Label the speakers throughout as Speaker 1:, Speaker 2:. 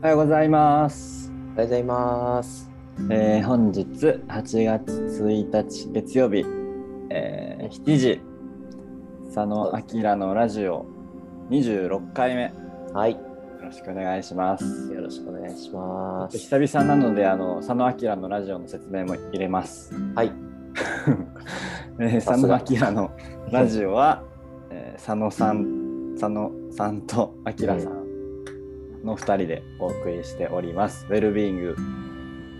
Speaker 1: おはようございます。
Speaker 2: おはようございます。
Speaker 1: えー本日8月1日月曜日、えー7時佐野明のラジオ26回目よ
Speaker 2: はい、
Speaker 1: ろしくお願いします。
Speaker 2: よろしくお願いします。
Speaker 1: 久々なのであの佐野明のラジオの説明も入れます。
Speaker 2: はい、
Speaker 1: えー
Speaker 2: さ
Speaker 1: 佐
Speaker 2: すが
Speaker 1: 野明 のラジオは、えー佐野さん佐野さんと明さんの2人でお送りしております。ウェルビーイング、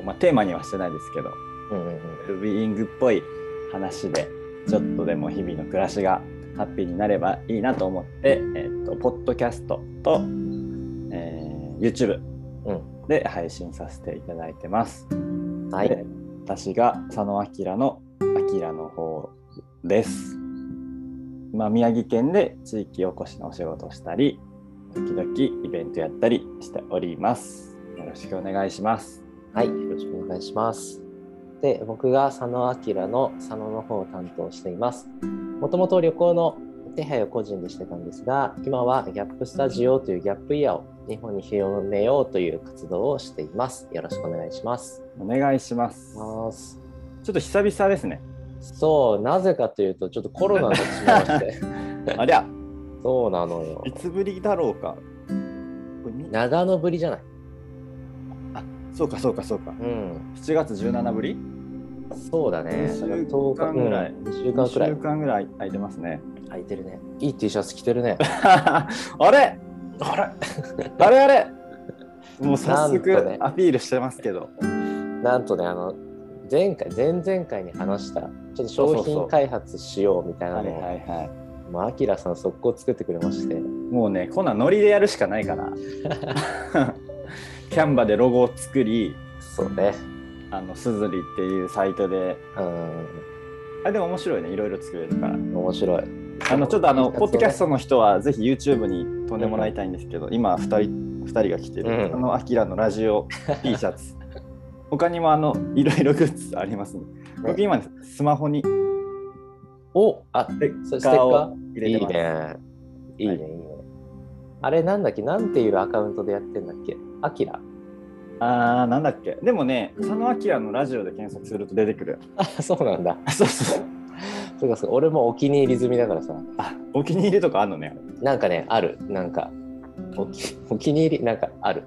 Speaker 1: まあ、テーマにはしてないですけど
Speaker 2: うんうん
Speaker 1: ウェルビーイングっぽい話でちょっとでも日々の暮らしがハッピーになればいいなと思って、えっとポッドキャストと、えー YouTube
Speaker 2: うん、
Speaker 1: で配信させていただいてます。
Speaker 2: うん、はい、
Speaker 1: で私が佐野明の明の方です。まあ、宮城県で地域おこしのお仕事をしたり時々イベントやったりしております。よろしくお願いします。
Speaker 2: はい、よろしくお願いします。で、僕が佐野明の佐野の方を担当しています。もともと旅行の手配を個人でしてたんですが、今はギャップスタジオというギャップイヤーを日本に広めようという活動をしています。よろしくお願いします。
Speaker 1: お願いします。ちょ
Speaker 2: ます
Speaker 1: っと久々ですね。
Speaker 2: そう、なぜかというと、ちょっとコロナになってしまいま して、
Speaker 1: ありゃ
Speaker 2: そうなのよ
Speaker 1: い。つぶりだろうか。これみ
Speaker 2: 長野ぶりじゃない。
Speaker 1: そうかそうかそうか。
Speaker 2: うん、
Speaker 1: 7月17ぶり
Speaker 2: そうだね。
Speaker 1: 二週
Speaker 2: なんか10
Speaker 1: 間ぐらい
Speaker 2: うん、2週間くらい
Speaker 1: 2週間ぐらい空いてますね。
Speaker 2: 空いてるね。いい T シャツ着て るね。
Speaker 1: あれ
Speaker 2: あら
Speaker 1: あれあれもう早
Speaker 2: なんとね
Speaker 1: 速アピールしてますけど。
Speaker 2: なんとね、あの、前回、前々回に話した、ちょっと商
Speaker 1: そうそうそう
Speaker 2: 品開発しようみたいな
Speaker 1: はい
Speaker 2: の
Speaker 1: はい
Speaker 2: を、
Speaker 1: は
Speaker 2: まあ、アキラさん速攻作ってくれまして、
Speaker 1: い。もうね、こんなんノリでやるしかないから。 キャンバでロゴを作り、
Speaker 2: そうね。
Speaker 1: あの、すずりっていうサイトで。
Speaker 2: うん、
Speaker 1: あでも面白いね、いろいろ作れるから。
Speaker 2: 面白い。
Speaker 1: あのちょっとあの、
Speaker 2: T シャツをね
Speaker 1: ポッドキャストの人はぜひ YouTube に飛んでもらいたいんですけど、今2人二人が着てる、
Speaker 2: うん
Speaker 1: あのアキラのラジオ T シャツ他にもあのいろいろグッズあり ますね僕今ねスマホにス
Speaker 2: おあ、
Speaker 1: テッ
Speaker 2: そ
Speaker 1: カーを入
Speaker 2: い
Speaker 1: れ
Speaker 2: い
Speaker 1: てます
Speaker 2: ね。いいね、いいね。あれ、なんだっけなんていうアカウントでやってんだっけア キラ
Speaker 1: あーなんだっけでもね佐野アキラのラジオで検索すると出てくる
Speaker 2: あ、そうなんだ。
Speaker 1: そうそう
Speaker 2: そうか、そうか俺もお気に入り済みだからさ。
Speaker 1: あお気に入りとかあんのね
Speaker 2: なんかね、ある。なんか、おき お気に入り、なんかある。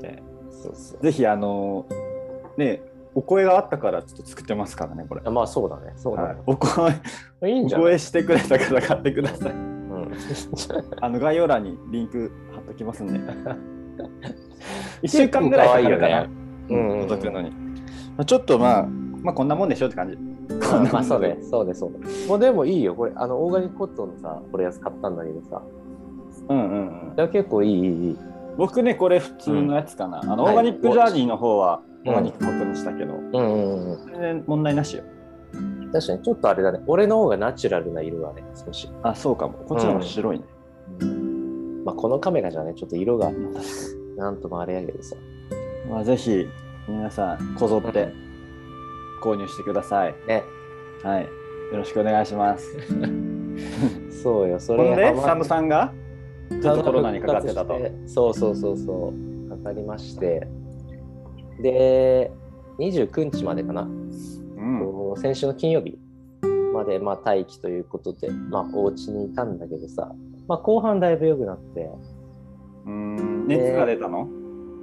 Speaker 1: ね
Speaker 2: そうそう
Speaker 1: ぜひあのねお声があったからちょっと作ってますからねこれ、
Speaker 2: あ。まあ、そうだね。そうだ
Speaker 1: はい
Speaker 2: ね。、
Speaker 1: お声
Speaker 2: い、いん
Speaker 1: お
Speaker 2: じゃない
Speaker 1: 声してくれたから買ってください
Speaker 2: うん、
Speaker 1: あの概要欄にリンク貼っときますん で。一
Speaker 2: 週
Speaker 1: 週間
Speaker 2: 間
Speaker 1: ぐ
Speaker 2: ぐ
Speaker 1: ら
Speaker 2: ら
Speaker 1: い
Speaker 2: い
Speaker 1: かか
Speaker 2: か
Speaker 1: るか
Speaker 2: かるか
Speaker 1: な
Speaker 2: な。
Speaker 1: うん、届くのに。まあちょっとまあ、まあこんなもんでしょって感じ。 こんなもんで
Speaker 2: まあそうね、そうね、そうね。もうでもいいよ、これ、あの、オーガニックコットンのさ、これ安かったんだけどさ。
Speaker 1: うんうんうん
Speaker 2: い。や、結構いい、いい、いい。
Speaker 1: 僕ね、これ普通のやつかな。あの、オ
Speaker 2: はい
Speaker 1: ーガニックジャーニーの方は、
Speaker 2: う
Speaker 1: オ
Speaker 2: ん
Speaker 1: ーガニックことにしたけど、
Speaker 2: うんうんうん。
Speaker 1: 全然問題なしよ。
Speaker 2: 確かに、ちょっとあれだね、俺の方がナチュラルな色だね、少し。
Speaker 1: あ、そうかも。こっちの方が白いね。
Speaker 2: まあ、このカメラじゃね、ちょっと色が、
Speaker 1: まあ確か
Speaker 2: なんともあれやけどさ。
Speaker 1: に。まあぜひ、皆さん、こぞって購入してください。
Speaker 2: ね。
Speaker 1: はい。よろしくお願いします。
Speaker 2: そうよ、そ
Speaker 1: ほん
Speaker 2: れ
Speaker 1: で、
Speaker 2: ハマ
Speaker 1: サムさんが、ちょっとコロナにかかってた
Speaker 2: 感
Speaker 1: と
Speaker 2: 染。復活してそうそうそうそうかかりましてで29日までかな、
Speaker 1: うん。
Speaker 2: こう先週の金曜日まで、まあ、待機ということで、まあ、お家にいたんだけどさ、まあ、後半だいぶ良くなって
Speaker 1: うん。熱が出たの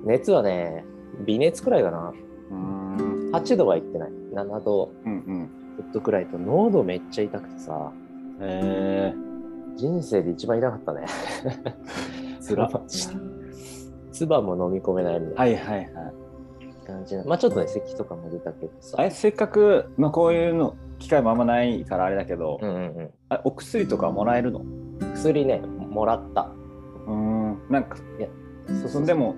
Speaker 2: 熱はね微熱くらいかな
Speaker 1: うん
Speaker 2: 8度はいってない7度
Speaker 1: うん
Speaker 2: ちょっとくらいと喉めっちゃ痛くてさ
Speaker 1: うん。え
Speaker 2: 人生で一番痛かった ね
Speaker 1: ー、つ ら。
Speaker 2: 唾も飲み込めないみた
Speaker 1: はいいはいはい。
Speaker 2: な感じな、まあちょっとね咳とかも出たけどさ
Speaker 1: あれせっかく、まあ、こういうの機会もあんまないからあれだけど、
Speaker 2: うんうんうん
Speaker 1: あお薬とかもらえるの
Speaker 2: 薬ねもらった
Speaker 1: うん。なんか、
Speaker 2: そう
Speaker 1: そんでも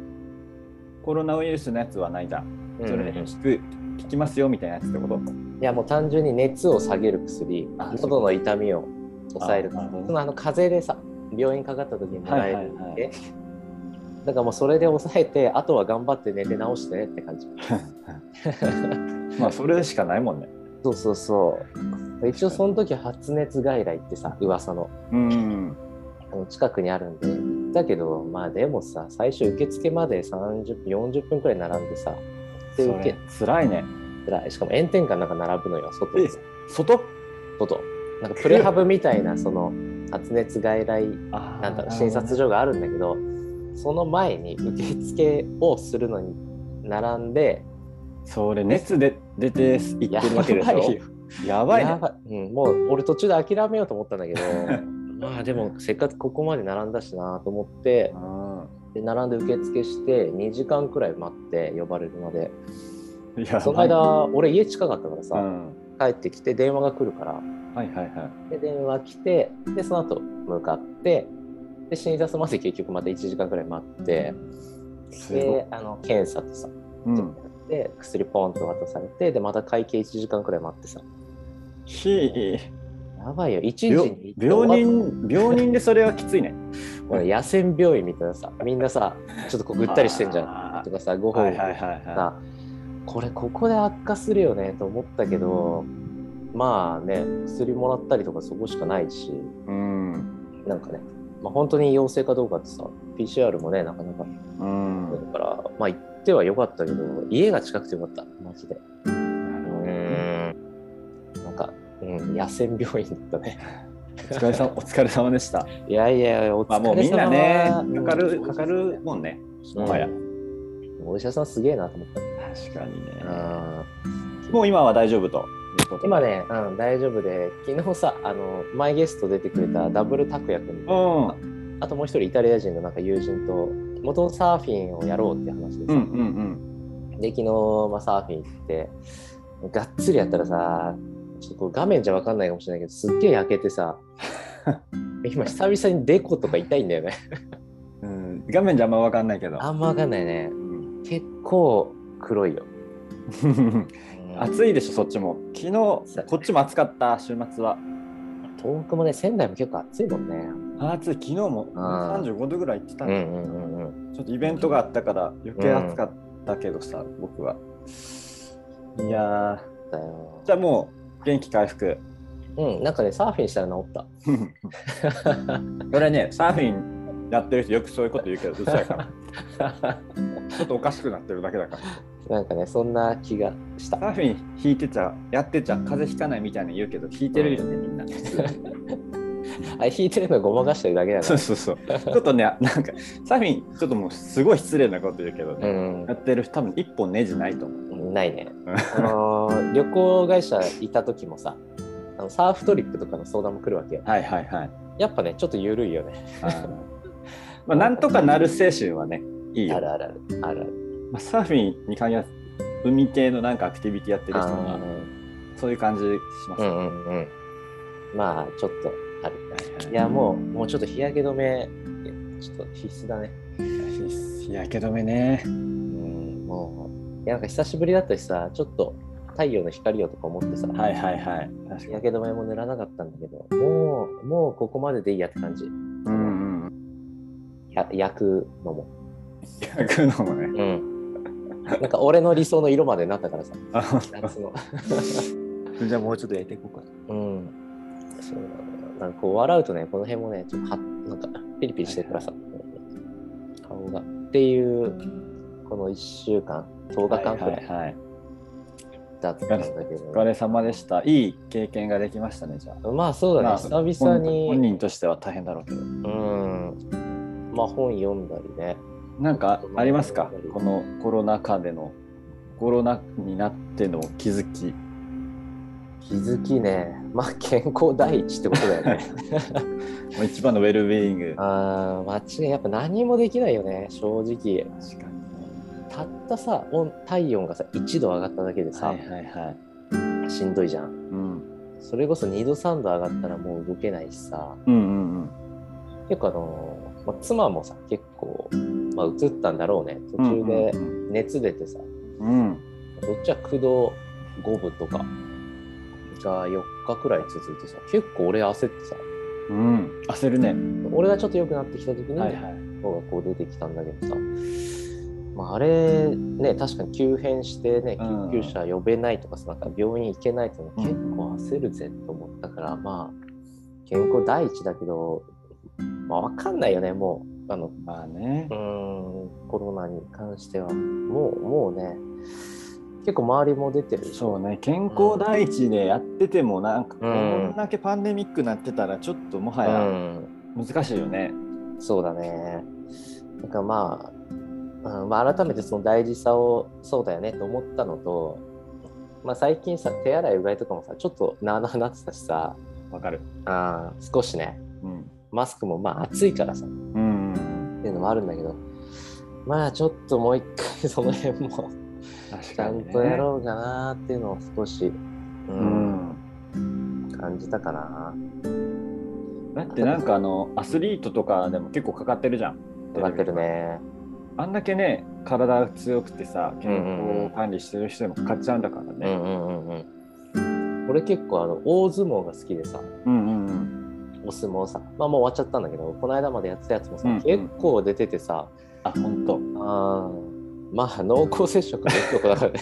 Speaker 1: コロナウイルスのやつはないじゃん。
Speaker 2: うん
Speaker 1: それ
Speaker 2: うん
Speaker 1: 効く、効きますよみたいなやつってこと
Speaker 2: いやもう単純に熱を下げる薬
Speaker 1: あ
Speaker 2: 喉の痛みを抑える
Speaker 1: あなるほど
Speaker 2: そのあの風邪でさ病院かかった時にもらえる、
Speaker 1: はいはいはい
Speaker 2: でだからもうそれで抑えてあとは頑張って寝て治してねって感じ
Speaker 1: まあそれしかないもんね。
Speaker 2: そうそうそう一応その時発熱外来ってさ噂の
Speaker 1: うん。
Speaker 2: あの近くにあるんで行だけどまあでもさ最初受付まで30分40分くらい並んでさで
Speaker 1: そ
Speaker 2: 受け
Speaker 1: れ辛いね。
Speaker 2: 辛いしかも炎天下なんか並ぶのよ外
Speaker 1: え外
Speaker 2: 外なんかプレハブみたいなその発熱外来
Speaker 1: あー
Speaker 2: なんだろう診察所があるんだけどその前に受付をするのに並んで
Speaker 1: それ熱で出て行ってるわけでし
Speaker 2: やば
Speaker 1: ょやば
Speaker 2: いよ
Speaker 1: い
Speaker 2: や
Speaker 1: ね。
Speaker 2: ばいうん、もう俺途中で諦めようと思ったんだけ どまあでもせっかくここまで並んだしなと思ってで並んで受付して2時間くらい待って呼ばれるまで
Speaker 1: うんやばい
Speaker 2: その間俺家近かったからさ、
Speaker 1: うん
Speaker 2: 帰ってきて電話が来るから
Speaker 1: はいはいはい。
Speaker 2: で電話来てでその後向かってで診察まで結局また1時間くらい待って
Speaker 1: すごい
Speaker 2: であの検査とさ
Speaker 1: うん。
Speaker 2: で薬ポンと渡されてでまた会計1時間くらい待ってさ
Speaker 1: ひ
Speaker 2: やばいよ1時
Speaker 1: 病
Speaker 2: に行
Speaker 1: 病
Speaker 2: って終わっ
Speaker 1: 人病人でそれはきついね。
Speaker 2: 俺野戦病院みたいなさみんなさちょっとこうぐったりしてんじゃん
Speaker 1: あ
Speaker 2: とかさご
Speaker 1: ー。は
Speaker 2: 飯
Speaker 1: いはいはいは
Speaker 2: さこれここで悪化するよねと思ったけどまあね薬もらったりとかそこしかないし
Speaker 1: い。うん
Speaker 2: なんかね、まあ、本当に陽性かどうかってさ PCR もねなかなか
Speaker 1: うん。
Speaker 2: だからまあ行ってはよかったけど家が近くてよかったマジで
Speaker 1: なるほど
Speaker 2: なんか、うん、野戦病院だったね
Speaker 1: お疲れさお疲れ様でした。
Speaker 2: いやいやいやお疲
Speaker 1: ま
Speaker 2: れ様
Speaker 1: あもうみんなね
Speaker 2: うん
Speaker 1: かかるかかるもんね。
Speaker 2: うん
Speaker 1: もはや
Speaker 2: お医者さんすげえなと思った
Speaker 1: 確かにね。
Speaker 2: うん
Speaker 1: もう今は大丈夫ということで。
Speaker 2: 今ね、うん、大丈夫で、昨日さ、あの、マイゲスト出てくれたダブル拓也君
Speaker 1: う
Speaker 2: と、
Speaker 1: ん。
Speaker 2: あともう一人イタリア人のなんか友人と、元々サーフィンをやろうって話で
Speaker 1: う
Speaker 2: さ、
Speaker 1: んうん
Speaker 2: で、昨日、まあ、サーフィン行って、がっつりやったらさ、ちょっとこう画面じゃわかんないかもしれないけど、すっげえ焼けて さ、今久々にデコとか痛いんだよね。
Speaker 1: うん。うん、画面じゃあんま分かんないけど
Speaker 2: あんまわかんないね
Speaker 1: う。ん
Speaker 2: 結構黒いよ。
Speaker 1: 暑いでしょそっちも昨日こっちも暑かった週末は
Speaker 2: 東北もね、仙台も結構暑いもんね。
Speaker 1: あー暑い昨日も
Speaker 2: あー
Speaker 1: 35度ぐらい行ってた
Speaker 2: うん
Speaker 1: だ
Speaker 2: んうんうんうん。
Speaker 1: ちょっとイベントがあったから余計暑かったけどさ、僕はいやー
Speaker 2: だよ
Speaker 1: じゃあもう元気回復
Speaker 2: うん、なんかね、サーフィンしたら治 った。
Speaker 1: これねサーフィンやってる人よくそういうこと言うけど嘘やからちょっとおかしくなってるだけだから
Speaker 2: なんかね、そんな気がした
Speaker 1: サ。ーフィン引いてちゃやってちゃ風邪ひかないみたいに言うけど引いてるよねみんな普通に
Speaker 2: あれ、弾いてるのごまかしてるだけだか
Speaker 1: そう
Speaker 2: ら。
Speaker 1: そうそう。ちょっとね、なんか、サーフィン、ちょっともうすごい失礼なこと言うけど
Speaker 2: う
Speaker 1: ね、
Speaker 2: ん
Speaker 1: や、ってる人、多分一本ネジないと思う。
Speaker 2: ないね。あのー旅行会社いた時もさ、あのサーフトリップとかの相談も来るわけよ。
Speaker 1: はいはいはい。
Speaker 2: やっぱね、ちょっと緩いよね。
Speaker 1: あのまあ、なんとかなる精神はね、いい
Speaker 2: あ
Speaker 1: よ。
Speaker 2: るあるある。あるある。
Speaker 1: まあ、サーフィンに限らず、海系のなんかアクティビティやってる人
Speaker 2: あ
Speaker 1: は、
Speaker 2: ー
Speaker 1: そういう感じします。
Speaker 2: う
Speaker 1: はい
Speaker 2: んうんうん。まあ、ちょっとある。い
Speaker 1: はい
Speaker 2: や、もう、もうちょっと日焼け止め、ちょっと必須だね。
Speaker 1: 日日焼け止めね。
Speaker 2: うん、もう、いや、なんか久しぶりだったしさ、ちょっと太陽の光をとか思ってさ、
Speaker 1: はいはいはい。確
Speaker 2: 日
Speaker 1: かに。
Speaker 2: 焼け止めも塗らなかったんだけど、もう、もうここまででいいやって感じ。
Speaker 1: うんうん。
Speaker 2: や焼くのも。
Speaker 1: 焼くのもね。
Speaker 2: うん。 なんか俺の理想の色までなったからさ、
Speaker 1: あほん
Speaker 2: 夏の。
Speaker 1: とじゃあもうちょっと焼いてい こうか。
Speaker 2: うん。そうなのよなんかこう笑うとね、この辺もね、ちょっとは、なんかピリピリしてるからさ、顔が。っていう、この1週間、10日間くら
Speaker 1: はい
Speaker 2: い
Speaker 1: はいはい。
Speaker 2: だったんだけ
Speaker 1: お
Speaker 2: ど、
Speaker 1: 疲れ様でした。いい経験ができましたね、じゃあ。
Speaker 2: まあそうだね、久々
Speaker 1: 本
Speaker 2: に、
Speaker 1: 人としては大変だろうけど
Speaker 2: うん。まあ本読んだりね。
Speaker 1: なんかありますかこのコロナ禍でのコロナになっての気づき
Speaker 2: 気づきね、まあ健康第一ってことだよ ね。
Speaker 1: もう一番のウェルビーイング
Speaker 2: ああ、間違い、やっぱ何もできないよね、正直。
Speaker 1: 確か
Speaker 2: たったさ、温体温がさ、1度上がっただけでさ、
Speaker 1: はいはいはい
Speaker 2: しんどいじゃん。
Speaker 1: うん
Speaker 2: それこそ2度、3度上がったらもう動けないしさ、
Speaker 1: うんうんうん
Speaker 2: 結構あのーまあ妻もさ、結構、まあ、移ったんだろうね、途中で
Speaker 1: うん
Speaker 2: 熱出てさ、
Speaker 1: うん
Speaker 2: そっちは9度5分とかが4日くらい続いてさ、結構俺焦ってさ、
Speaker 1: うんうん焦るね
Speaker 2: 俺がちょっと良くなってきた時に、
Speaker 1: はいはい
Speaker 2: 方がこう出てきたんだけどさ、まあ、あれね確かに急変してね
Speaker 1: うん
Speaker 2: 救急車呼べないとかさなんか病院行けないってのは
Speaker 1: うん
Speaker 2: 結構焦るぜと思ったから、まあ健康第一だけど、まあ、分かんないよねもうあの
Speaker 1: まあね
Speaker 2: うー。んコロナに関してはもうもうね結構周りも出てるでしょ
Speaker 1: そうね健康第一でやっててもなんかこ
Speaker 2: うん
Speaker 1: んだけパンデミックなってたらちょっとも
Speaker 2: う
Speaker 1: はや
Speaker 2: ん
Speaker 1: 難しいよね。
Speaker 2: そうだねだからまあ、うんまあ、改めてその大事さをそうだよねと思ったのと、まあ、最近さ手洗いうがいとかもさちょっとなあなあなってたしさ
Speaker 1: わ、かる。
Speaker 2: あー少しね
Speaker 1: うん。
Speaker 2: マスクもまあ暑いからさ
Speaker 1: うん。
Speaker 2: っていうのもあるんだけどまあちょっともう一回 その辺も
Speaker 1: 確
Speaker 2: ちゃ
Speaker 1: かに、
Speaker 2: ん
Speaker 1: ね。
Speaker 2: とやろうかなっていうのを少し、う
Speaker 1: う。
Speaker 2: ん
Speaker 1: ん。
Speaker 2: 感じたかな
Speaker 1: だってなんかあのアスリートとかでも結構かかってるじゃん。
Speaker 2: 分かってるね
Speaker 1: あんだけね体が強くてさ
Speaker 2: うんう
Speaker 1: 健
Speaker 2: んうん
Speaker 1: 康管理してる人でもかかっちゃうんだから
Speaker 2: う
Speaker 1: ね。
Speaker 2: んうんうんうん俺結構あの大相撲が好きでさ
Speaker 1: うんうんうん。
Speaker 2: お相撲さまあもう終わっちゃったんだけどこの間までやってたやつもさ、
Speaker 1: うんうん
Speaker 2: 結構出ててさ
Speaker 1: あ本当。
Speaker 2: あーまあ濃厚接触の一個だからね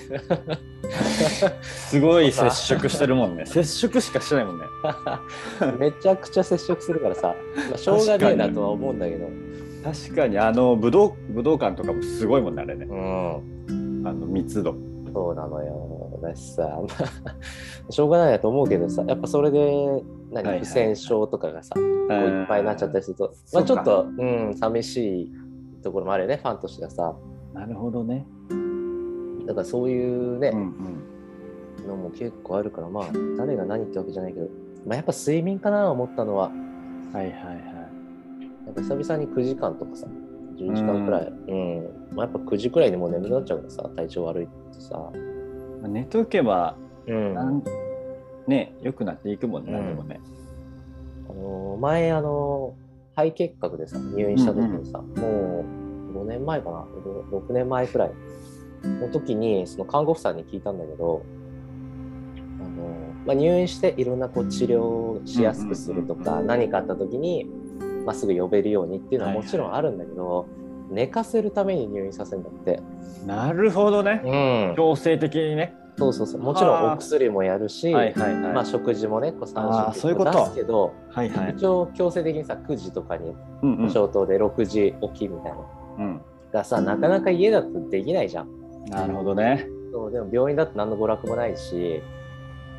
Speaker 1: すごい接触してるもんね。接触しかしてないもんね。
Speaker 2: めちゃくちゃ接触するからさ、まあ、しょうがねえなとは思うんだけど
Speaker 1: 確かにあの武道武道館とかもすごいもんねあれね。
Speaker 2: うん
Speaker 1: あの密度。
Speaker 2: そうなのよ。だしさ、まあ、 しょうがないなと思うけどさ、やっぱそれで、
Speaker 1: はいはい
Speaker 2: 何、不戦勝とかがさ、こういっぱいになっちゃったりすると、ま
Speaker 1: そう
Speaker 2: あ
Speaker 1: か
Speaker 2: ちょっと、うん、寂しいところもあるよね、ファンとしてはさ。
Speaker 1: なるほどね。
Speaker 2: だからそういうね
Speaker 1: う、ん
Speaker 2: のも結構あるから、まあ、誰が何ってわけじゃないけど、まあやっぱ睡眠かな、思ったのは、
Speaker 1: うん。はいはいはい。
Speaker 2: やっぱ久々に9時間とかさ、10時間くらい、うん、まあやっぱ9時くらいにもう眠くなっちゃうからさ、体調悪いってさ。
Speaker 1: まあ寝とけば、
Speaker 2: うん
Speaker 1: なんね良くなっていくもんね。
Speaker 2: うん
Speaker 1: でもね。
Speaker 2: あの前あの肺結核でさ入院した時にさ、もう5年前かなろ6年前くらいの時にその看護婦さんに聞いたんだけどあの、まあ、入院していろんなこう治療をしやすくすると
Speaker 1: うんうん
Speaker 2: か
Speaker 1: うんうん
Speaker 2: 何かあった時に、まあ、すぐ呼べるようにっていうの
Speaker 1: は
Speaker 2: は
Speaker 1: い
Speaker 2: も
Speaker 1: はい
Speaker 2: ちろんあるんだけど、寝かせるために入院させるんだって、
Speaker 1: なるほどね。強制的にね。
Speaker 2: そうそうそうもちろん
Speaker 1: あー
Speaker 2: お薬もやるし、
Speaker 1: はいはいはい。
Speaker 2: まあ、食事もねこう
Speaker 1: あー
Speaker 2: 3
Speaker 1: そうい
Speaker 2: 食
Speaker 1: うこと
Speaker 2: 出すけど
Speaker 1: はいはい。
Speaker 2: 一応強制的にさ9時とかに
Speaker 1: うんうん。
Speaker 2: 消灯で6時起きみたいなの
Speaker 1: うん。
Speaker 2: がさなかなか家だとできないじゃん
Speaker 1: なるほどね。
Speaker 2: そうでも病院だと何の娯楽もないし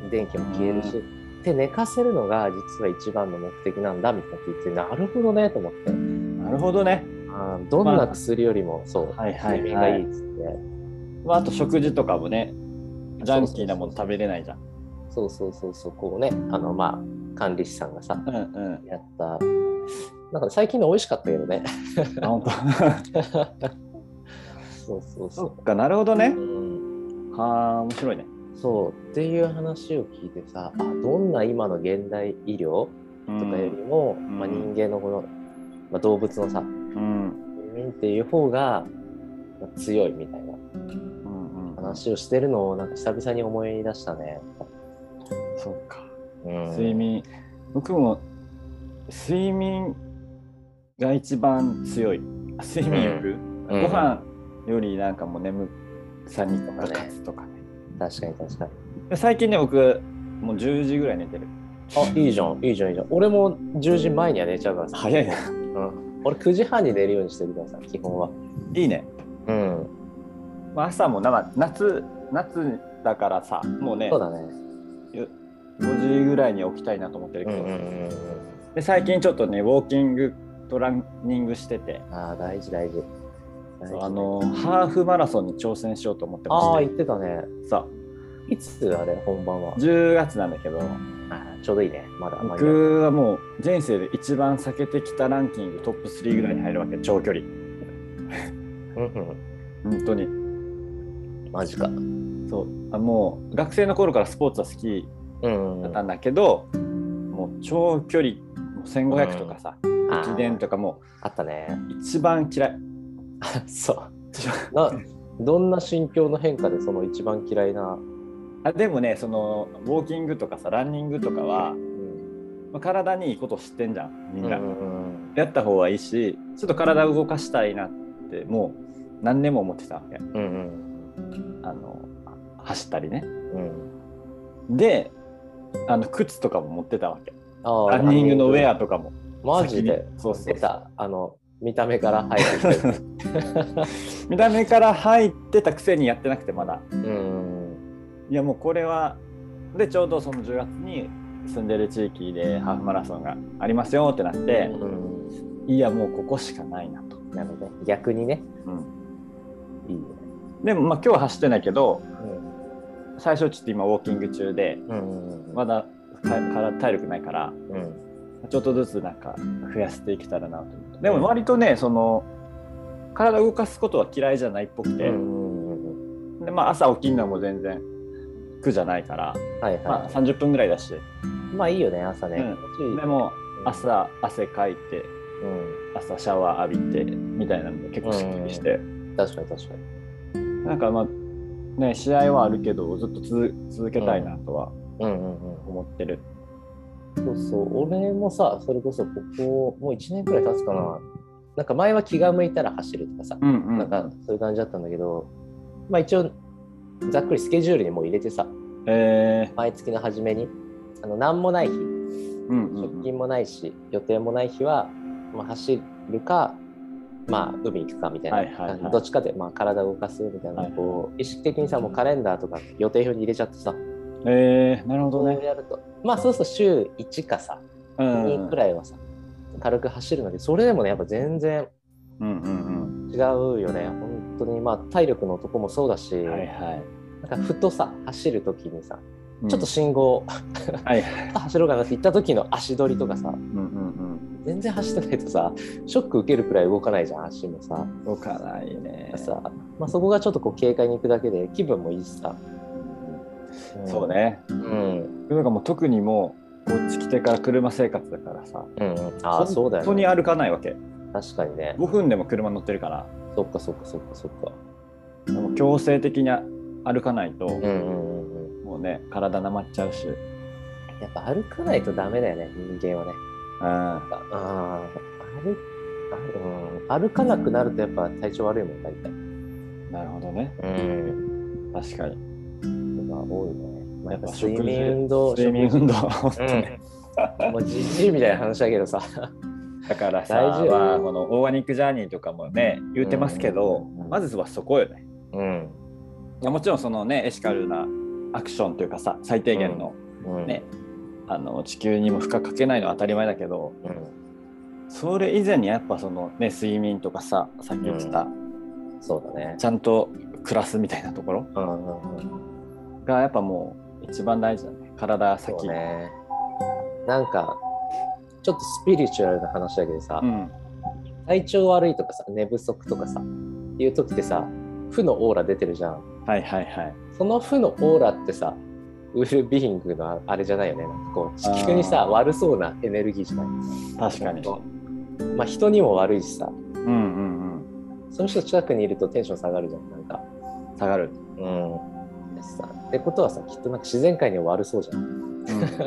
Speaker 2: 電気も消えるし、で寝かせるのが実は一番の目的なんだみたいなこと言ってなるほどねと思って
Speaker 1: なるほどね。
Speaker 2: あーどんな薬よりもそう
Speaker 1: はいはいはい
Speaker 2: 睡眠がいいっつって
Speaker 1: まあ、あと食事とかもね、ジャンキーなもの食べれないじゃん。
Speaker 2: そうそうそうそうこうねあのまあ管理士さんがさ
Speaker 1: うんうん。
Speaker 2: やったなんか最近の美味しかったけどね
Speaker 1: あ、本当。
Speaker 2: そうそう
Speaker 1: そ
Speaker 2: そ
Speaker 1: っか、なるほどね
Speaker 2: う、う。ん
Speaker 1: はあ、面白いね。
Speaker 2: そうっていう話を聞いてさあどんな今の現代医療
Speaker 1: う
Speaker 2: とかより
Speaker 1: ん。
Speaker 2: も、
Speaker 1: ん
Speaker 2: まあ、人間のこの、まあ、動物のさ
Speaker 1: うん。
Speaker 2: 人間っていう方がまあ強いみたい
Speaker 1: う
Speaker 2: な
Speaker 1: ん。うん。
Speaker 2: 話をしてるのをなんか久々に思い出したね。
Speaker 1: そっか。
Speaker 2: うん
Speaker 1: 睡眠。僕も。睡眠。が一番強い。あ睡眠欲。
Speaker 2: うん
Speaker 1: ご飯。よりなんかもう眠。さにかかつとかね。
Speaker 2: 確かに確かに。
Speaker 1: で最近ね、僕。もう10時ぐらい寝てる。
Speaker 2: あいいじゃんいいじゃんいいじゃん。俺も10時前には寝ちゃうからさ。
Speaker 1: 早いな。
Speaker 2: うん、俺9時半に寝るようにしてるからさ基本は。
Speaker 1: いいね。
Speaker 2: うん、
Speaker 1: まあ、朝もな、夏。夏だからさ、もうね。
Speaker 2: そうだね。
Speaker 1: 5時ぐらいに起きたいなと思ってる
Speaker 2: う
Speaker 1: け
Speaker 2: ん
Speaker 1: ど、
Speaker 2: うんうん
Speaker 1: で最近ちょっとねウォーキングとランニングしてて
Speaker 2: うん、ああ大事大事。大事
Speaker 1: あのハーフマラソンに挑戦しようと思ってま
Speaker 2: ああ
Speaker 1: し
Speaker 2: 言ってたね。
Speaker 1: てさ
Speaker 2: いつあれ本番は
Speaker 1: 10月なんだけど
Speaker 2: あちょうどいいねまだ間に合う
Speaker 1: 僕はもう人生で一番避けてきたランキングトップ3ぐらいに入るわけ長距離
Speaker 2: うん
Speaker 1: 本当に
Speaker 2: うんマジかうん
Speaker 1: そうあもう学生の頃からスポーツは好き
Speaker 2: うんう
Speaker 1: だ
Speaker 2: ん
Speaker 1: ったんだけど、もう長距離もう1500とかさ、
Speaker 2: あー
Speaker 1: 駅伝とかも
Speaker 2: あったね
Speaker 1: う一番嫌い
Speaker 2: そうなどんな心境の変化でその一番嫌いな、
Speaker 1: あでもねそのウォーキングとかさランニングとかは
Speaker 2: うん、
Speaker 1: まあ体にいいこと知ってんじゃんみんな、
Speaker 2: うん
Speaker 1: やった方がいいしちょっと体を動かしたいなってもう何年も思ってたわけ
Speaker 2: うんうん
Speaker 1: あのあ走ったりね
Speaker 2: うん
Speaker 1: であの靴とかも持ってたわけ
Speaker 2: あー
Speaker 1: ランニングのウェアとかも
Speaker 2: マジで
Speaker 1: 先にそうそうそう
Speaker 2: 出たあの見た目から入っ てきてる
Speaker 1: 見た目から入ってたくせにやってなくてまだ
Speaker 2: うん
Speaker 1: いやもうこれはでちょうどその10月に住んでる地域でハーフマラソンがありますよってなって
Speaker 2: うん
Speaker 1: いやもうここしかないなと、
Speaker 2: なので逆にね
Speaker 1: うん
Speaker 2: いいよね
Speaker 1: でもまあ今日は走ってないけど最初ちょっと今ウォーキング中で
Speaker 2: うん
Speaker 1: まだかから体力ないから
Speaker 2: うん
Speaker 1: ちょっとずつなんか増やしていけたらなと思ってでも割とねその体動かすことは嫌いじゃないっぽく
Speaker 2: う
Speaker 1: て、
Speaker 2: ん
Speaker 1: でまあ、朝起きるのも全然苦じゃないから、
Speaker 2: はいはい、
Speaker 1: まあ、30分ぐらいだし
Speaker 2: まあいいよね朝ね、
Speaker 1: うん
Speaker 2: 気持ちいい
Speaker 1: でも
Speaker 2: うん
Speaker 1: 朝汗かいて朝シャワー浴びてみたいなので結構すっきりして、
Speaker 2: うん確かに確かに
Speaker 1: なんかまあね試合はあるけどずっと続続けたいなとは
Speaker 2: うんうんうん
Speaker 1: 思ってる、
Speaker 2: そうそう、俺もさ、それこそここ、もう1年くらい経つかな。なんか前は気が向いたら走るとかさ、
Speaker 1: うんうん
Speaker 2: なんかそういう感じだったんだけど、まあ一応、ざっくりスケジュールにもう入れてさ、
Speaker 1: え
Speaker 2: 毎月の初めに、あの何もない日、
Speaker 1: ーうんうん
Speaker 2: 出
Speaker 1: うん
Speaker 2: 勤もないし、予定もない日は、まあ、走るか、まあ、海行くかみたいな、
Speaker 1: はいはいはい
Speaker 2: どっちかで、まあ、体を動かすみたい
Speaker 1: は
Speaker 2: な、
Speaker 1: いはい
Speaker 2: こう意識的にさ、もうカレンダーとか予定表に入れちゃってさ、
Speaker 1: えーなるほど
Speaker 2: そう
Speaker 1: ね、
Speaker 2: やると、まあそうすると週1かさ、
Speaker 1: うんうん、
Speaker 2: 2くらいはさ、軽く走るので、それでもね、やっぱ全然
Speaker 1: うんうん
Speaker 2: 違うよね。本当に、まあ体力のとこもそうだし、
Speaker 1: うんはいはい
Speaker 2: なんかふとさ、走るときにさ、
Speaker 1: うん
Speaker 2: ちょっと信号、
Speaker 1: はいはい
Speaker 2: 走ろうかなって言った時の足取りとかさ、
Speaker 1: うんうん
Speaker 2: 全然走ってないとさ、ショック受けるくらい動かないじゃん、足もさ。
Speaker 1: うん動かないね
Speaker 2: さまあ、そこがちょっとこう軽快に行くだけで気分もいいしさ。
Speaker 1: うん
Speaker 2: ん
Speaker 1: そう。ね
Speaker 2: うん。
Speaker 1: なんかもう特にもうこっち来てから車生活だからさ
Speaker 2: うんうん、ああ、そうだ
Speaker 1: 本当
Speaker 2: よ、
Speaker 1: に
Speaker 2: ね。
Speaker 1: 歩かないわけ
Speaker 2: 確かにね。
Speaker 1: 5分でも車乗ってるから
Speaker 2: そっかそっかそっかそっか。
Speaker 1: もう強制的に歩かないと、
Speaker 2: うんうんうんうん。
Speaker 1: もうね体なまっちゃうし、うん、
Speaker 2: やっぱ歩かないとダメだよね、人間はね。
Speaker 1: あ
Speaker 2: あー歩あうん歩かなくなるとやっぱ体調悪いもん、大体。
Speaker 1: なるほどね
Speaker 2: うん。
Speaker 1: 確かに
Speaker 2: が多いね。まあ、
Speaker 1: や
Speaker 2: やっ
Speaker 1: っ
Speaker 2: ぱ
Speaker 1: ぱ
Speaker 2: 睡眠運動、
Speaker 1: 睡眠運動
Speaker 2: 食事。うん。もうじじいみたいな話だけどさ。
Speaker 1: だからさ、
Speaker 2: 大事よ
Speaker 1: まあ、このオーガニックジャーニーとかもね言ってますけど、
Speaker 2: うん
Speaker 1: まずはそこよね
Speaker 2: うん。
Speaker 1: いやもちろんそのねエシカルなアクションというかさ最低限の
Speaker 2: うん
Speaker 1: ね、あの地球にも負荷かけないのは当たり前だけど
Speaker 2: うん。
Speaker 1: それ以前にやっぱそのね睡眠とかささっき言ってた、
Speaker 2: そうだね
Speaker 1: ち。ゃんと暮らすみたいなところ
Speaker 2: うんうんうん。
Speaker 1: がやっぱもう一番大事だね体先
Speaker 2: そうね。なんか、ちょっとスピリチュアルな話だけどさ、
Speaker 1: うん
Speaker 2: 体調悪いとかさ、寝不足とかさ、いう時ってさ、負のオーラ出てるじゃん。
Speaker 1: はいはいはい
Speaker 2: その負のオーラってさウェルビーイングのあれじゃないよねなんかこう地球にさ
Speaker 1: あー
Speaker 2: 悪そうなエネルギーじゃない
Speaker 1: 確かに
Speaker 2: こうまあ人にも悪いしさ
Speaker 1: うんうん
Speaker 2: その人近くにいるとテンション下がるじゃんなんか
Speaker 1: うん下が る、
Speaker 2: うんだしさってことはさきっとなんか自然界にも悪そうじゃ
Speaker 1: う
Speaker 2: ん
Speaker 1: ん、確か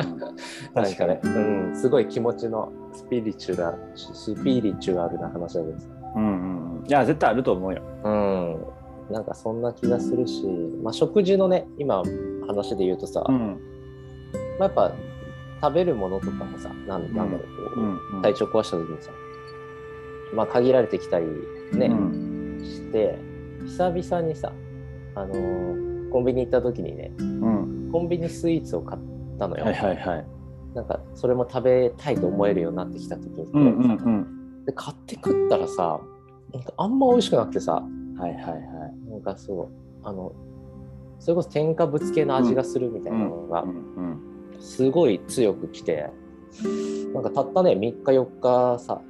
Speaker 2: なん
Speaker 1: に
Speaker 2: かね、うん、すごい気持ちのスピリチュラスピリチュアルな話だけどさ
Speaker 1: うんうんいや絶対あると思うよ
Speaker 2: うんなんかそんな気がするし、まあ、食事のね今話で言うとさ、
Speaker 1: うん
Speaker 2: まあ、やっぱ食べるものとかもさなんなんだろう、こう
Speaker 1: うんうん
Speaker 2: 体調壊した時にさ、まあ、限られてきたりね、
Speaker 1: うん
Speaker 2: して久々にさ、あのーコンビニ行った時にね
Speaker 1: うん
Speaker 2: コンビニスイーツを買ったのよ、
Speaker 1: はいはいはい
Speaker 2: なんかそれも食べたいと思えるようになってきた時に、
Speaker 1: うんうんうん
Speaker 2: で買って食ったらさなんかあんま美味しくなくてさ
Speaker 1: はいはいはい
Speaker 2: なんかそうあのそれこそ添加物系の味がするみたいなのが
Speaker 1: うんうん
Speaker 2: すごい強くきてなんかたったね3日4日さ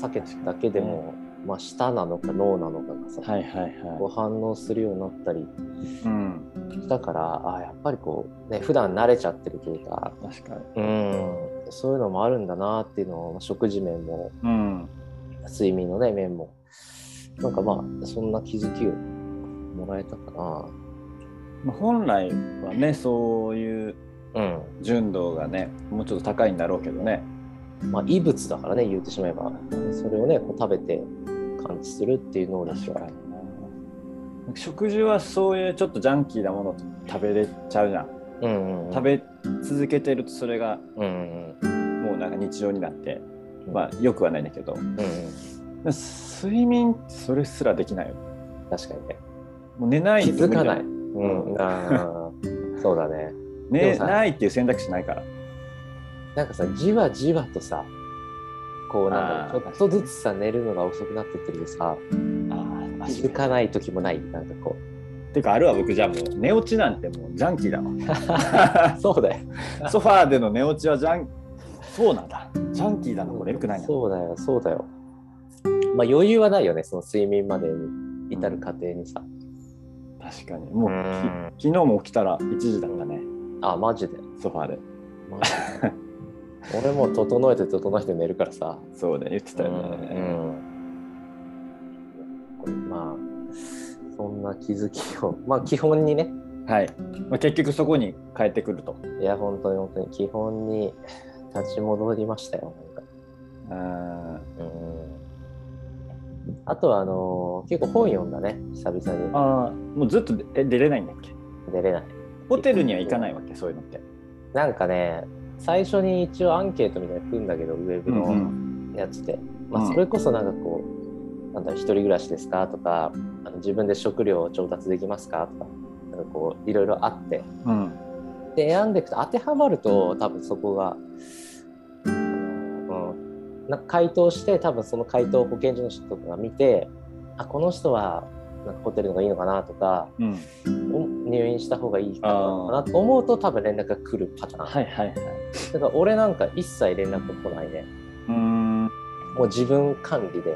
Speaker 2: 避けてただけでも、まあ舌なのか脳なのかがさ、
Speaker 1: はいはいはい
Speaker 2: こう反応するようになったり
Speaker 1: うん
Speaker 2: したからあやっぱりこうね普段慣れちゃってるというか
Speaker 1: 確かに
Speaker 2: うんそういうのもあるんだなっていうのを食事面も
Speaker 1: うん
Speaker 2: 睡眠のね面もなんかまあそんな気づきをもらえたか
Speaker 1: まあ本来はねそういう
Speaker 2: なうん
Speaker 1: 純度がねもうちょっと高いんだろうけどね
Speaker 2: まあ、異物だからね言ってしまえばそれをねこう食べて感知するっていう能力は
Speaker 1: 食事はそういうちょっとジャンキーなもの食べれちゃうじゃん
Speaker 2: うんうん
Speaker 1: 食べ続けてるとそれが
Speaker 2: うんうん
Speaker 1: もうなんか日常になって
Speaker 2: うん
Speaker 1: まあよくはないんだけど
Speaker 2: うん
Speaker 1: 睡眠それすらできないよ
Speaker 2: 確かにね。
Speaker 1: もう寝ない
Speaker 2: 気
Speaker 1: と
Speaker 2: づ
Speaker 1: 無理
Speaker 2: か
Speaker 1: だ
Speaker 2: な
Speaker 1: よ
Speaker 2: い。うん、あ ーそうだね。でも
Speaker 1: 寝
Speaker 2: さ
Speaker 1: ないっていう選択肢ないから
Speaker 2: なんかさ、じわじわとさ、こうなんだろう
Speaker 1: あー
Speaker 2: ちょっとずつさ、寝るのが遅くなってってるで
Speaker 1: あ
Speaker 2: さ、気づかない時もない。なんかこ
Speaker 1: てかあるわ僕じゃあもう寝落ちなんてもうジャンキーだわ
Speaker 2: う。そうだよ。
Speaker 1: ソファーでの寝落ちはジャンそうなんだジャンキーだなこれよくないな
Speaker 2: そうだよ、そうだよ。まあ余裕はないよね、その睡眠までに至る過程にさ。
Speaker 1: 確かにもう
Speaker 2: う
Speaker 1: き
Speaker 2: ん
Speaker 1: 昨日も起きたら1時だったね
Speaker 2: あ、マジで。
Speaker 1: ソファーで
Speaker 2: マジ で俺も整えて整えて寝るからさ。
Speaker 1: そうで言ってたよね、
Speaker 2: うんこれまあ、そんな気づきを、 まあ基本にね、
Speaker 1: はい、まあ、結局そこに帰ってくると
Speaker 2: いや本当に本当に基本に立ち戻りましたよ。なんか
Speaker 1: あ
Speaker 2: うんあとはあのー結構本読んだね、久
Speaker 1: ー
Speaker 2: 々
Speaker 1: あーもうずっとでえ出れないんだっけ
Speaker 2: に出れない。
Speaker 1: ホテルには行かないわけそういうのって
Speaker 2: なんかね、最初に一応アンケートみたいなの来るんだけど、ウェブ
Speaker 1: う
Speaker 2: の
Speaker 1: ん
Speaker 2: やつで、まあ、
Speaker 1: うん
Speaker 2: それこそなんかこう、なんだろう一人暮らしですかとか、あの自分で食料を調達できますかとか、なんかこう、いろいろあって、
Speaker 1: うん
Speaker 2: で選んでいくと当てはまると多分そこが、うん、なんか回答して多分その回答を保健所の人とかが見てあこの人はなんかホテルの方がいいのかなとか
Speaker 1: うん
Speaker 2: お入院した方がいいかなと思うと多分連絡が来るパターン
Speaker 1: はいはいはい
Speaker 2: だから俺なんか一切連絡来ないね
Speaker 1: うーんう
Speaker 2: もう自分管理で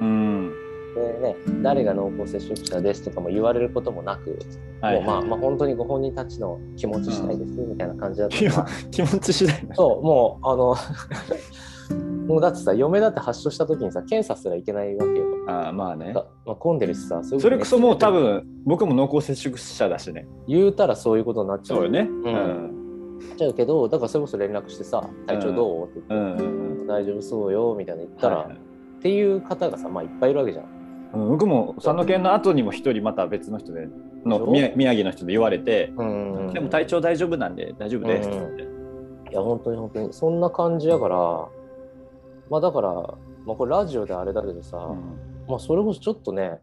Speaker 1: ーん
Speaker 2: で、ね、誰が濃厚接触者ですとかも言われることもなく、
Speaker 1: はいはい
Speaker 2: もうまあ、まあ本当にご本人たちの気持ち次第ですみたいな感じだったか
Speaker 1: 気
Speaker 2: ら
Speaker 1: 持気持ち次 第だ
Speaker 2: そう、もう、あの、 もうだってさ、嫁だって発症した時にさ、検査すらいけないわけよ。
Speaker 1: あーまあね
Speaker 2: だまあ、混んでるしさ、そ
Speaker 1: それこそもう多
Speaker 2: 分。
Speaker 1: 分僕も濃厚接触者だしね
Speaker 2: 言うたらそういうことになっちゃう
Speaker 1: ね
Speaker 2: う
Speaker 1: うんん
Speaker 2: なっちゃうけど、だからそれこそ連絡してさ、体調どうって
Speaker 1: う
Speaker 2: 言って、
Speaker 1: んうん
Speaker 2: 大丈夫そうよ、みたいな言ったら、
Speaker 1: はいはい
Speaker 2: っていう方がさ、まあいっぱいいるわけじゃん。
Speaker 1: うん僕も佐野県の後にも一人また別の人で
Speaker 2: でし
Speaker 1: の
Speaker 2: ょ
Speaker 1: 宮宮城の人で言われて、
Speaker 2: うん
Speaker 1: でも体調大丈夫なんで大丈夫ですって言って、
Speaker 2: いや、本当に本当に、そんな感じやから、まあだから、まあこれラジオであれだけどさ、
Speaker 1: うん
Speaker 2: まあそれこそちょっとね、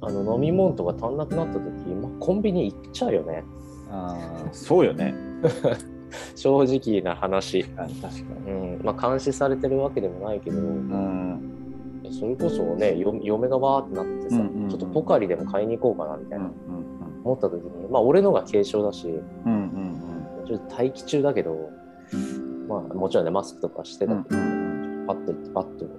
Speaker 2: あの飲み物とか足んなくなった時、まあ、コンビニ行っちゃうよね。
Speaker 1: あーそうよね
Speaker 2: 正直な話、
Speaker 1: あ確かに、
Speaker 2: うんまあ、監視されてるわけでもないけど
Speaker 1: うん、
Speaker 2: それこそねよ嫁がわーってなってさ、
Speaker 1: うんうんうん
Speaker 2: ちょっとポカリでも買いに行こうかなみた
Speaker 1: う
Speaker 2: い
Speaker 1: んう
Speaker 2: なん思った時にまあ俺のが軽症だし
Speaker 1: うんうんうん
Speaker 2: ちょっと待機中だけど、まあ、もちろんねマスクとかしてたけど、
Speaker 1: うん
Speaker 2: パッと行ってパッと、うん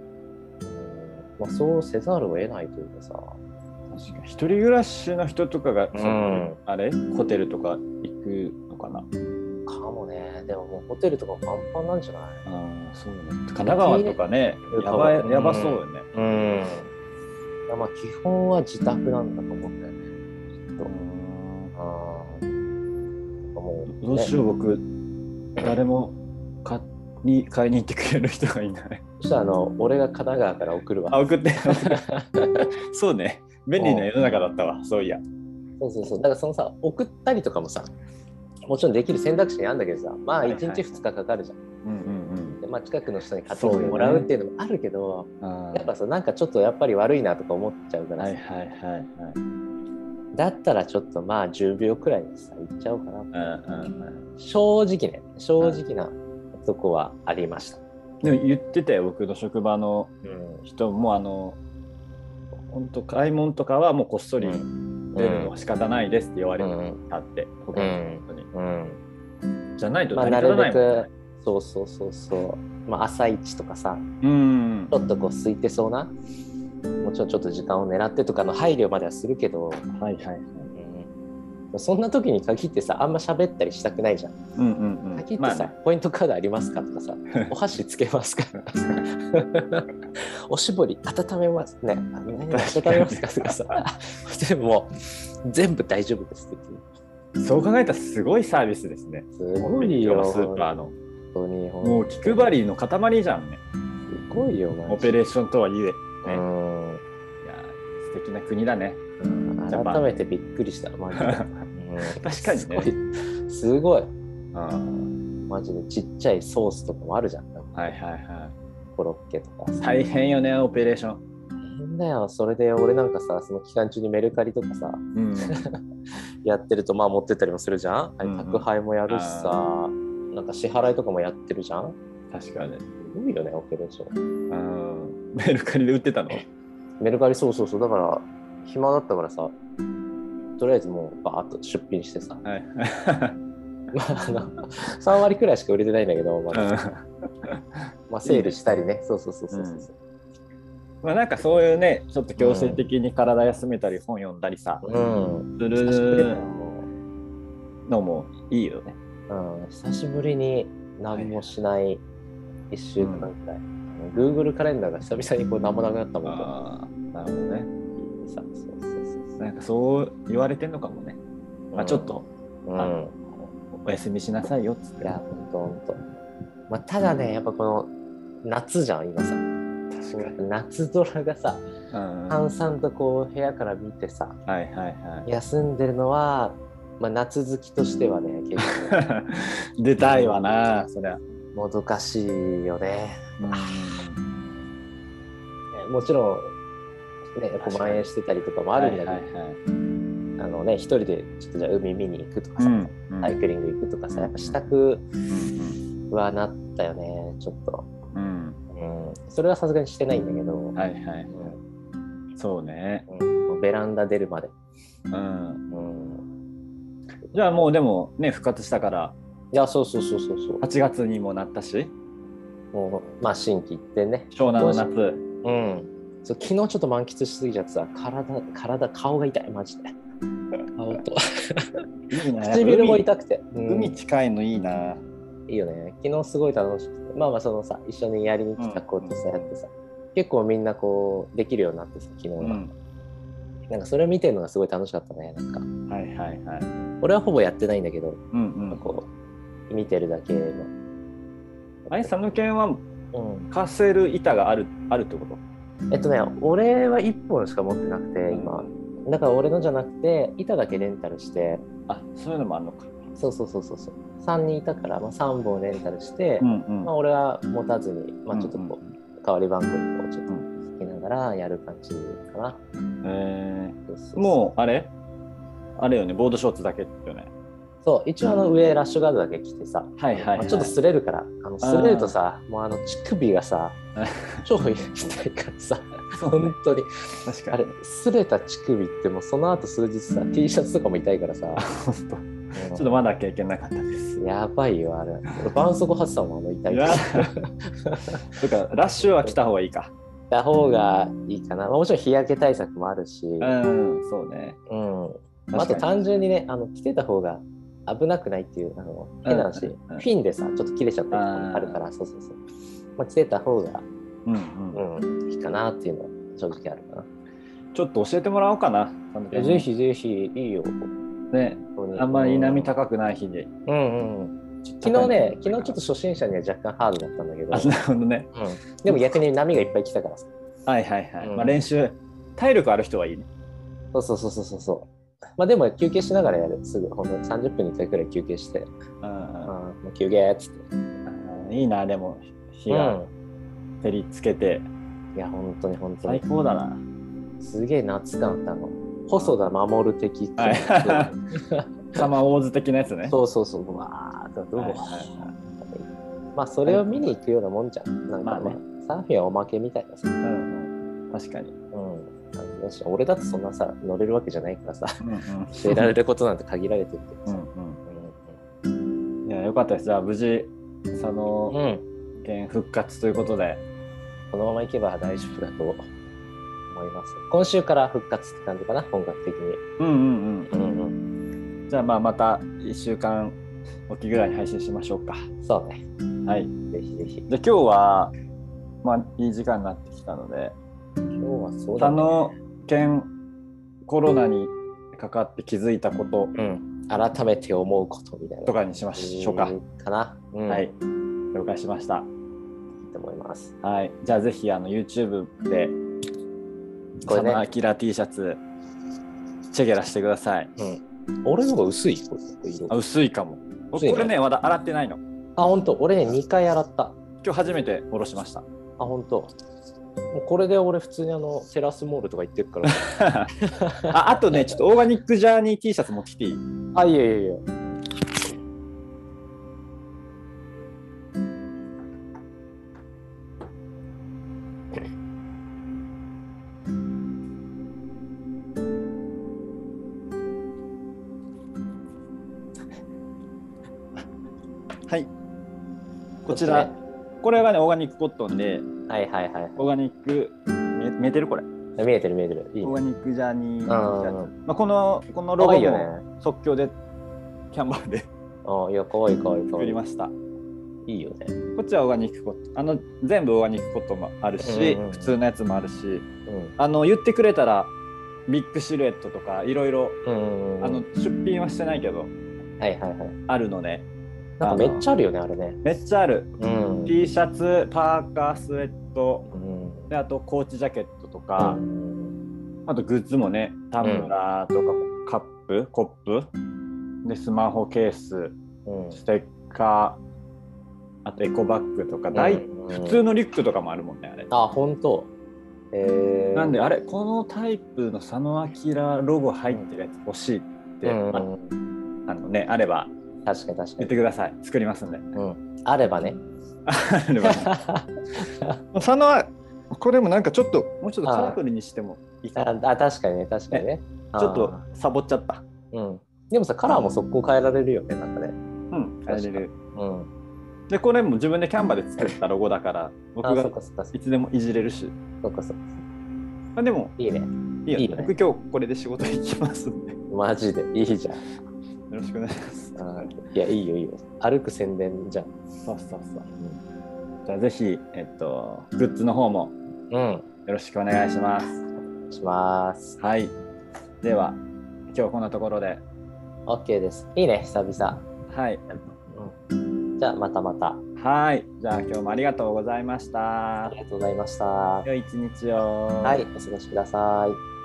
Speaker 2: まあ、そうせざるを得ないというかさ
Speaker 1: 確かに一人暮らしの人とかが、その
Speaker 2: うん
Speaker 1: あれホテルとか行くのかな
Speaker 2: かもねでももうホテルとかパンパンなんじゃない
Speaker 1: あそうね神奈川とかねやば
Speaker 2: うん
Speaker 1: いやばそうよね、
Speaker 2: うんいやまあ基本は自宅なんだと思うんだよねきっとああ。もう、
Speaker 1: どうしよう、僕、誰も買に買いに行ってくれる人がい ない。
Speaker 2: そしたら、あの、俺が神奈川から送るわ。
Speaker 1: あ、送って。 そうね。便利な世の中だったわ、そういや。
Speaker 2: そうそうそう。だから、そのさ、送ったりとかもさ、もちろんできる選択肢にあるんだけどさ、まあ、
Speaker 1: はいは
Speaker 2: 1
Speaker 1: い
Speaker 2: 日2日かかるじゃん。
Speaker 1: うんうん
Speaker 2: でまあ、近くの人に買ってきてもらうっていうのもあるけど、
Speaker 1: うん
Speaker 2: やっぱさ、なんかちょっとやっぱり悪いなとか思っちゃうから
Speaker 1: は
Speaker 2: さ、
Speaker 1: いはいはいはい。
Speaker 2: だったらちょっとまあ、10秒くらいにさ、行っちゃおうかな。
Speaker 1: うんうんうん
Speaker 2: 正直ね、正直なとこはありました。
Speaker 1: でも言ってたよ、僕の職場の
Speaker 2: うん。
Speaker 1: 人も、あの、本当買い物とかはもうこっそり出るのは仕方ないですって言われ
Speaker 2: うん
Speaker 1: たって、他の人に。
Speaker 2: うん。
Speaker 1: じゃないと
Speaker 2: まあ、
Speaker 1: 成り
Speaker 2: な
Speaker 1: 立
Speaker 2: る
Speaker 1: たない
Speaker 2: べ
Speaker 1: もんね
Speaker 2: く、そうそうそうそう、まあ、朝一とかさ、
Speaker 1: うん
Speaker 2: ちょっとこう空いてそうな、もちろんちょっと時間を狙ってとかの配慮まではするけど、
Speaker 1: はいはいはい。
Speaker 2: そんな時に限ってさ、あんま喋ったりしたくないじゃん。
Speaker 1: うんうんう
Speaker 2: 限っ
Speaker 1: ん。
Speaker 2: て
Speaker 1: まあ
Speaker 2: さ、
Speaker 1: ね
Speaker 2: ポイントカードありますかとかさ、お箸つけます かとかさ、おしぼり温めますね、あ何々温めますかと かさ、でももう全部大丈夫ですって言って
Speaker 1: そう考えたらすごいサービスですね。
Speaker 2: す
Speaker 1: す
Speaker 2: ごいよ、
Speaker 1: スーパーの。
Speaker 2: 本当に。
Speaker 1: もう気配りの塊じゃんね。
Speaker 2: すごいよ、マジで
Speaker 1: オペレーションとはいえ。ね
Speaker 2: うん
Speaker 1: いや素敵な国だね。ジャパン
Speaker 2: 改めてびっくりした、マ ジで。
Speaker 1: 確かにね
Speaker 2: すごい。すごい。
Speaker 1: うん
Speaker 2: マジでちっちゃいソースとかもあるじゃん。なんか
Speaker 1: はいはいは
Speaker 2: コロッケとか
Speaker 1: い。
Speaker 2: さ。
Speaker 1: 大変よね、オペレーション。
Speaker 2: 変だよ。それで俺なんかさ、その期間中にメルカリとかさ、
Speaker 1: うん、
Speaker 2: やってるとまあ持ってったりもするじゃん。あれ
Speaker 1: うんうん
Speaker 2: 宅配もやるしさ、なんか支払いとかもやってるじゃん。
Speaker 1: 確かに。
Speaker 2: すごいよね、オペレーション。
Speaker 1: うんメルカリで売ってたの
Speaker 2: メルカリそうそうそう、だから暇だったからさ、とりあえずもうバーッと出品してさ、
Speaker 1: はい。
Speaker 2: まあ、あの3割くらいしか売れてないんだけど、ま
Speaker 1: う
Speaker 2: あ
Speaker 1: ん
Speaker 2: まあ、セールしたりね、そうそうそうそうそう。
Speaker 1: まあなんかそういうね、ちょっと強制的に体休めたり本読んだりさ、
Speaker 2: うん。
Speaker 1: す
Speaker 2: 久しぶりだ
Speaker 1: る
Speaker 2: よも
Speaker 1: のもいいよね。
Speaker 2: ううん、久しぶりに何もしない1週間くらい。Google カレンダーが久々にこう何もなくなったもんね。
Speaker 1: ああ、なるほどね。
Speaker 2: さそうそうそうそう
Speaker 1: なんかそう言われてんのかもね。まあちょっと
Speaker 2: うん、
Speaker 1: あ
Speaker 2: うん
Speaker 1: お休みしなさいよっつって。
Speaker 2: いや、ほんとほんと。まあ、ただね、やっぱこの夏じゃん、今さ。
Speaker 1: 確かに。
Speaker 2: 夏空がさ、
Speaker 1: うんは
Speaker 2: 閑散とこう部屋から見てさ、
Speaker 1: いはい は
Speaker 2: 休んでるのは、まあ、夏好きとしてはね、結構
Speaker 1: い。出たいわな、そりゃ。
Speaker 2: もどかしいよね。
Speaker 1: うん
Speaker 2: もちろん、ね、こう
Speaker 1: 確かに
Speaker 2: 蔓延してたりとかもあるんだけど、
Speaker 1: はいはいはい
Speaker 2: あのね、一人でちょっとじゃあ海見に行くとか
Speaker 1: う
Speaker 2: さ、
Speaker 1: んうん
Speaker 2: サイクリング行くとかさ、やっぱ支度
Speaker 1: うん
Speaker 2: はなったよね、ちょっと。
Speaker 1: うん
Speaker 2: うん、それはさすがにしてないんだけど
Speaker 1: うん、はいはい。
Speaker 2: う
Speaker 1: そうね。
Speaker 2: んうんもうベランダ出るまで。
Speaker 1: うん。
Speaker 2: うん、
Speaker 1: じゃあもうでもね、復活したから、
Speaker 2: いや、そうそうそうそうそう。
Speaker 1: 8月にもなったし、
Speaker 2: もう、まあ、心機一転ね。
Speaker 1: 湘南の夏。
Speaker 2: うん。そう昨日ちょっと満喫しすぎちゃってさ、体、体、顔が痛い、マジ で。顔と。
Speaker 1: いいな
Speaker 2: 唇も痛くて。
Speaker 1: 海
Speaker 2: うん
Speaker 1: 海近いのいいな。
Speaker 2: いいよね。昨日すごい楽しくて。まあまあ、そのさ、一緒にやりに来た子とさ、
Speaker 1: うん
Speaker 2: やってさ、結構みんなこう、できるようになってさ、昨日は。
Speaker 1: うん。
Speaker 2: なんかそれを見てるのがすごい楽しかったね。なんか、
Speaker 1: はいはいはい。
Speaker 2: 俺はほぼやってないんだけど、
Speaker 1: うんうん。
Speaker 2: こう、見てるだけの。
Speaker 1: あれ、佐野犬は
Speaker 2: うん。
Speaker 1: カセル板があるあるってこと
Speaker 2: えっとね、俺は1本しか持ってなくて、今。だから俺のじゃなくて板だけレンタルして
Speaker 1: あそういうのもあるのか。
Speaker 2: そうそうそうそうそう3人いたから、まあ、3本レンタルして、
Speaker 1: んうん
Speaker 2: まあ、俺は持たずに、まあ、ちょっとこう、代わり番号にこうちょっと
Speaker 1: う
Speaker 2: 引きながらやる感じかな、
Speaker 1: え
Speaker 2: そうそうそ
Speaker 1: ー、
Speaker 2: う
Speaker 1: もうあれあれよね、ボードショーツだけよね。
Speaker 2: そう一応あの上ラッシュガードだけ着てさ、
Speaker 1: はいはい、
Speaker 2: ま
Speaker 1: は
Speaker 2: あ、
Speaker 1: い。
Speaker 2: ちょっと擦れるからあの擦れるとさもうあの乳首 がさ
Speaker 1: あ
Speaker 2: 超痛いからさ
Speaker 1: そうね
Speaker 2: 本当に
Speaker 1: 確かに。
Speaker 2: あれ擦れた乳首ってもうその後数日さ T シャツとかも痛 いからさ
Speaker 1: あほんと ちょっとまだ経験なかったです。
Speaker 2: やばいよあれ俺絆創膏貼ってたもんあの痛い
Speaker 1: い
Speaker 2: か
Speaker 1: や
Speaker 2: ら。
Speaker 1: とか、ラッシュは来た方がいいか。
Speaker 2: た方がいいかな、まあ、もちろん日焼け対策もあるし、うん
Speaker 1: うん、そうね。
Speaker 2: まあ、あ
Speaker 1: 確
Speaker 2: と
Speaker 1: かに
Speaker 2: 単純にねあの着てた方が危なくないっていうあの変な話、
Speaker 1: うんうんうん
Speaker 2: フィンでさちょっと切れちゃったりとかもあるからそうそうそう、まあ、着てた方が、
Speaker 1: うんうん。
Speaker 2: うん、いいかなっていうのは正直あるかな、
Speaker 1: ちょっと教えてもらおうかな。佐野
Speaker 2: え
Speaker 1: 君
Speaker 2: ぜ。ひぜひいいよ
Speaker 1: ね、あんまり波高くない日に。
Speaker 2: うんうんうん昨日ね、昨日ちょっと初心者には若干ハードだったんだけ
Speaker 1: あ、
Speaker 2: ど、
Speaker 1: なるほどね。
Speaker 2: うんでも逆に波がいっぱい来たからさ。
Speaker 1: はいはいはい。
Speaker 2: うん
Speaker 1: まあ練習、体力ある人はいいね。
Speaker 2: そうそうそうそうそうそう。まあでも休憩しながらやる、すぐ、ほんとに30分に1回くらい休憩して、
Speaker 1: うんうん
Speaker 2: あーもう休憩っつっ
Speaker 1: う
Speaker 2: て。
Speaker 1: んいいな、でも、日が照りつけて、
Speaker 2: いや、本当に本当
Speaker 1: 最
Speaker 2: に。
Speaker 1: 高だな。
Speaker 2: すげえ夏感あったの。細田守る的って
Speaker 1: はいサマーウォーズ的なやつね。
Speaker 2: そうそうそう、うわーっと、う
Speaker 1: はいは
Speaker 2: わ
Speaker 1: い
Speaker 2: ー
Speaker 1: は
Speaker 2: まあ、それを見に行くようなもんじゃん。なんか、
Speaker 1: まあ
Speaker 2: まあ
Speaker 1: ね
Speaker 2: サーフィンはおまけみたいなさ。
Speaker 1: いうんうん確かに。
Speaker 2: うん。感じだし俺だってそんなさ、乗れるわけじゃないか らさ、
Speaker 1: うんうん
Speaker 2: 教えられることなんて限られてるけど
Speaker 1: う
Speaker 2: さ。
Speaker 1: んうんいや、よかったです。じゃあ、無事、佐
Speaker 2: うん
Speaker 1: 野
Speaker 2: うん
Speaker 1: 県復活ということで。
Speaker 2: このまま行けば大丈夫だと思います。今週から復活って感じかな、本格的に。
Speaker 1: うんうん
Speaker 2: う
Speaker 1: うん
Speaker 2: うん。
Speaker 1: ん。じゃあ、まあ、また1週間おきぐらいに配信しましょうか。
Speaker 2: そうね。
Speaker 1: はい。
Speaker 2: ぜひぜひ。
Speaker 1: で、今日は、まあ、いい時間になってきたので、
Speaker 2: 今日はそうだ
Speaker 1: 佐
Speaker 2: ね。
Speaker 1: 野県コロナにかかって気づいたこと
Speaker 2: うん、改めて思うことみたいな。
Speaker 1: とかにしましょうか。
Speaker 2: かな。うん、
Speaker 1: はい
Speaker 2: い
Speaker 1: い。了解しました。
Speaker 2: いと思います。
Speaker 1: はい。じゃあぜひあの YouTube で、
Speaker 2: これ
Speaker 1: サ
Speaker 2: ね
Speaker 1: マーキラ T シャツ、チェゲラしてください。
Speaker 2: うん、俺の方が薄いこれ色
Speaker 1: あ、薄いかも。
Speaker 2: 薄
Speaker 1: 僕
Speaker 2: いね
Speaker 1: これね、まだ洗ってないの。
Speaker 2: あ、本当。俺ね、2回洗った。あ、
Speaker 1: 今日初めておろしました。
Speaker 2: 本当。もうこれで俺普通にあのテラスモールとか行ってる から
Speaker 1: ああとね、ちょっとオーガニックジャーニー T シャツ持ってきていい
Speaker 2: あいやいやいや
Speaker 1: はい。こちら、これがね、オーガニックコットンで、
Speaker 2: はいはいはい
Speaker 1: オーガニック、見え見えてるこれ。
Speaker 2: あ見えてる見えてるいい
Speaker 1: オーガニ
Speaker 2: ね
Speaker 1: ックジャーニー T シ
Speaker 2: うんうん
Speaker 1: ャ
Speaker 2: う
Speaker 1: ツ。
Speaker 2: ん
Speaker 1: まあ、この、このロゴ
Speaker 2: 可愛いよね
Speaker 1: も即興で、キャンバーで
Speaker 2: あいや可愛い可愛い可
Speaker 1: 作
Speaker 2: 愛
Speaker 1: り
Speaker 2: い
Speaker 1: ました。
Speaker 2: いいよね
Speaker 1: こっちはオーガニックコットン。あの、全部オーガニックコットンもあるし、
Speaker 2: うんうんうん
Speaker 1: 普通のやつもあるし、
Speaker 2: うん
Speaker 1: あの、言ってくれたら、ビッグシルエットとか、いろいろ、
Speaker 2: うんうんうん
Speaker 1: あの、出品はしてないけど、
Speaker 2: はいはいはい
Speaker 1: あるので、
Speaker 2: なんかめっちゃあるよねあれね
Speaker 1: めっちゃある。
Speaker 2: うん、
Speaker 1: T シャツ、パーカー、スウェット、
Speaker 2: うん
Speaker 1: であとコーチジャケットと
Speaker 2: あ
Speaker 1: か、あとグッズもねタンブラーとか、カップコップでスマホケース
Speaker 2: うん
Speaker 1: ステッカーあとエコバッグとか、大普通
Speaker 2: の
Speaker 1: のリュックとかもあるもんねあれ、
Speaker 2: あ本当えー、
Speaker 1: なんであれこのタイプの佐野明ロゴ入ってるやつ欲しいって、
Speaker 2: うん
Speaker 1: ああのねあれば
Speaker 2: 確かに確
Speaker 1: 言
Speaker 2: か
Speaker 1: っ
Speaker 2: に
Speaker 1: てください作りますんで
Speaker 2: うんあればね
Speaker 1: あればね 佐野はこれもなんかちょっともうちょっとカラフルにしてもいいかな
Speaker 2: ああ確かにね確かにね
Speaker 1: ちょっとサボっちゃった
Speaker 2: あーうんでもさカラーも速攻変えられるよねなんかね
Speaker 1: うん
Speaker 2: 確かに
Speaker 1: 変えれる
Speaker 2: うん
Speaker 1: でこれも自分でキャンバで作ったロゴだから僕
Speaker 2: あ
Speaker 1: が
Speaker 2: そっかそっかそっ
Speaker 1: い
Speaker 2: か
Speaker 1: つでもいじれるし
Speaker 2: そっかそっか
Speaker 1: あでも
Speaker 2: いいね
Speaker 1: いいよ
Speaker 2: いいよね
Speaker 1: 僕今日これで仕事行きますんでよ
Speaker 2: マジでいいじゃん
Speaker 1: ろしくお願いします
Speaker 2: あーいやいいよいいよ歩く宣伝じゃん
Speaker 1: そうそうそうじゃあぜひえっとグッズの方も
Speaker 2: うん
Speaker 1: よろしくお願いします
Speaker 2: します
Speaker 1: はいでは今日こんなところで
Speaker 2: OK ですいいね久々
Speaker 1: はい
Speaker 2: うんじゃあまたまた
Speaker 1: はいじゃあ今日もありがとうございまし
Speaker 2: あ
Speaker 1: た
Speaker 2: りがとうございましたは
Speaker 1: 良い一日を
Speaker 2: いお過ごしください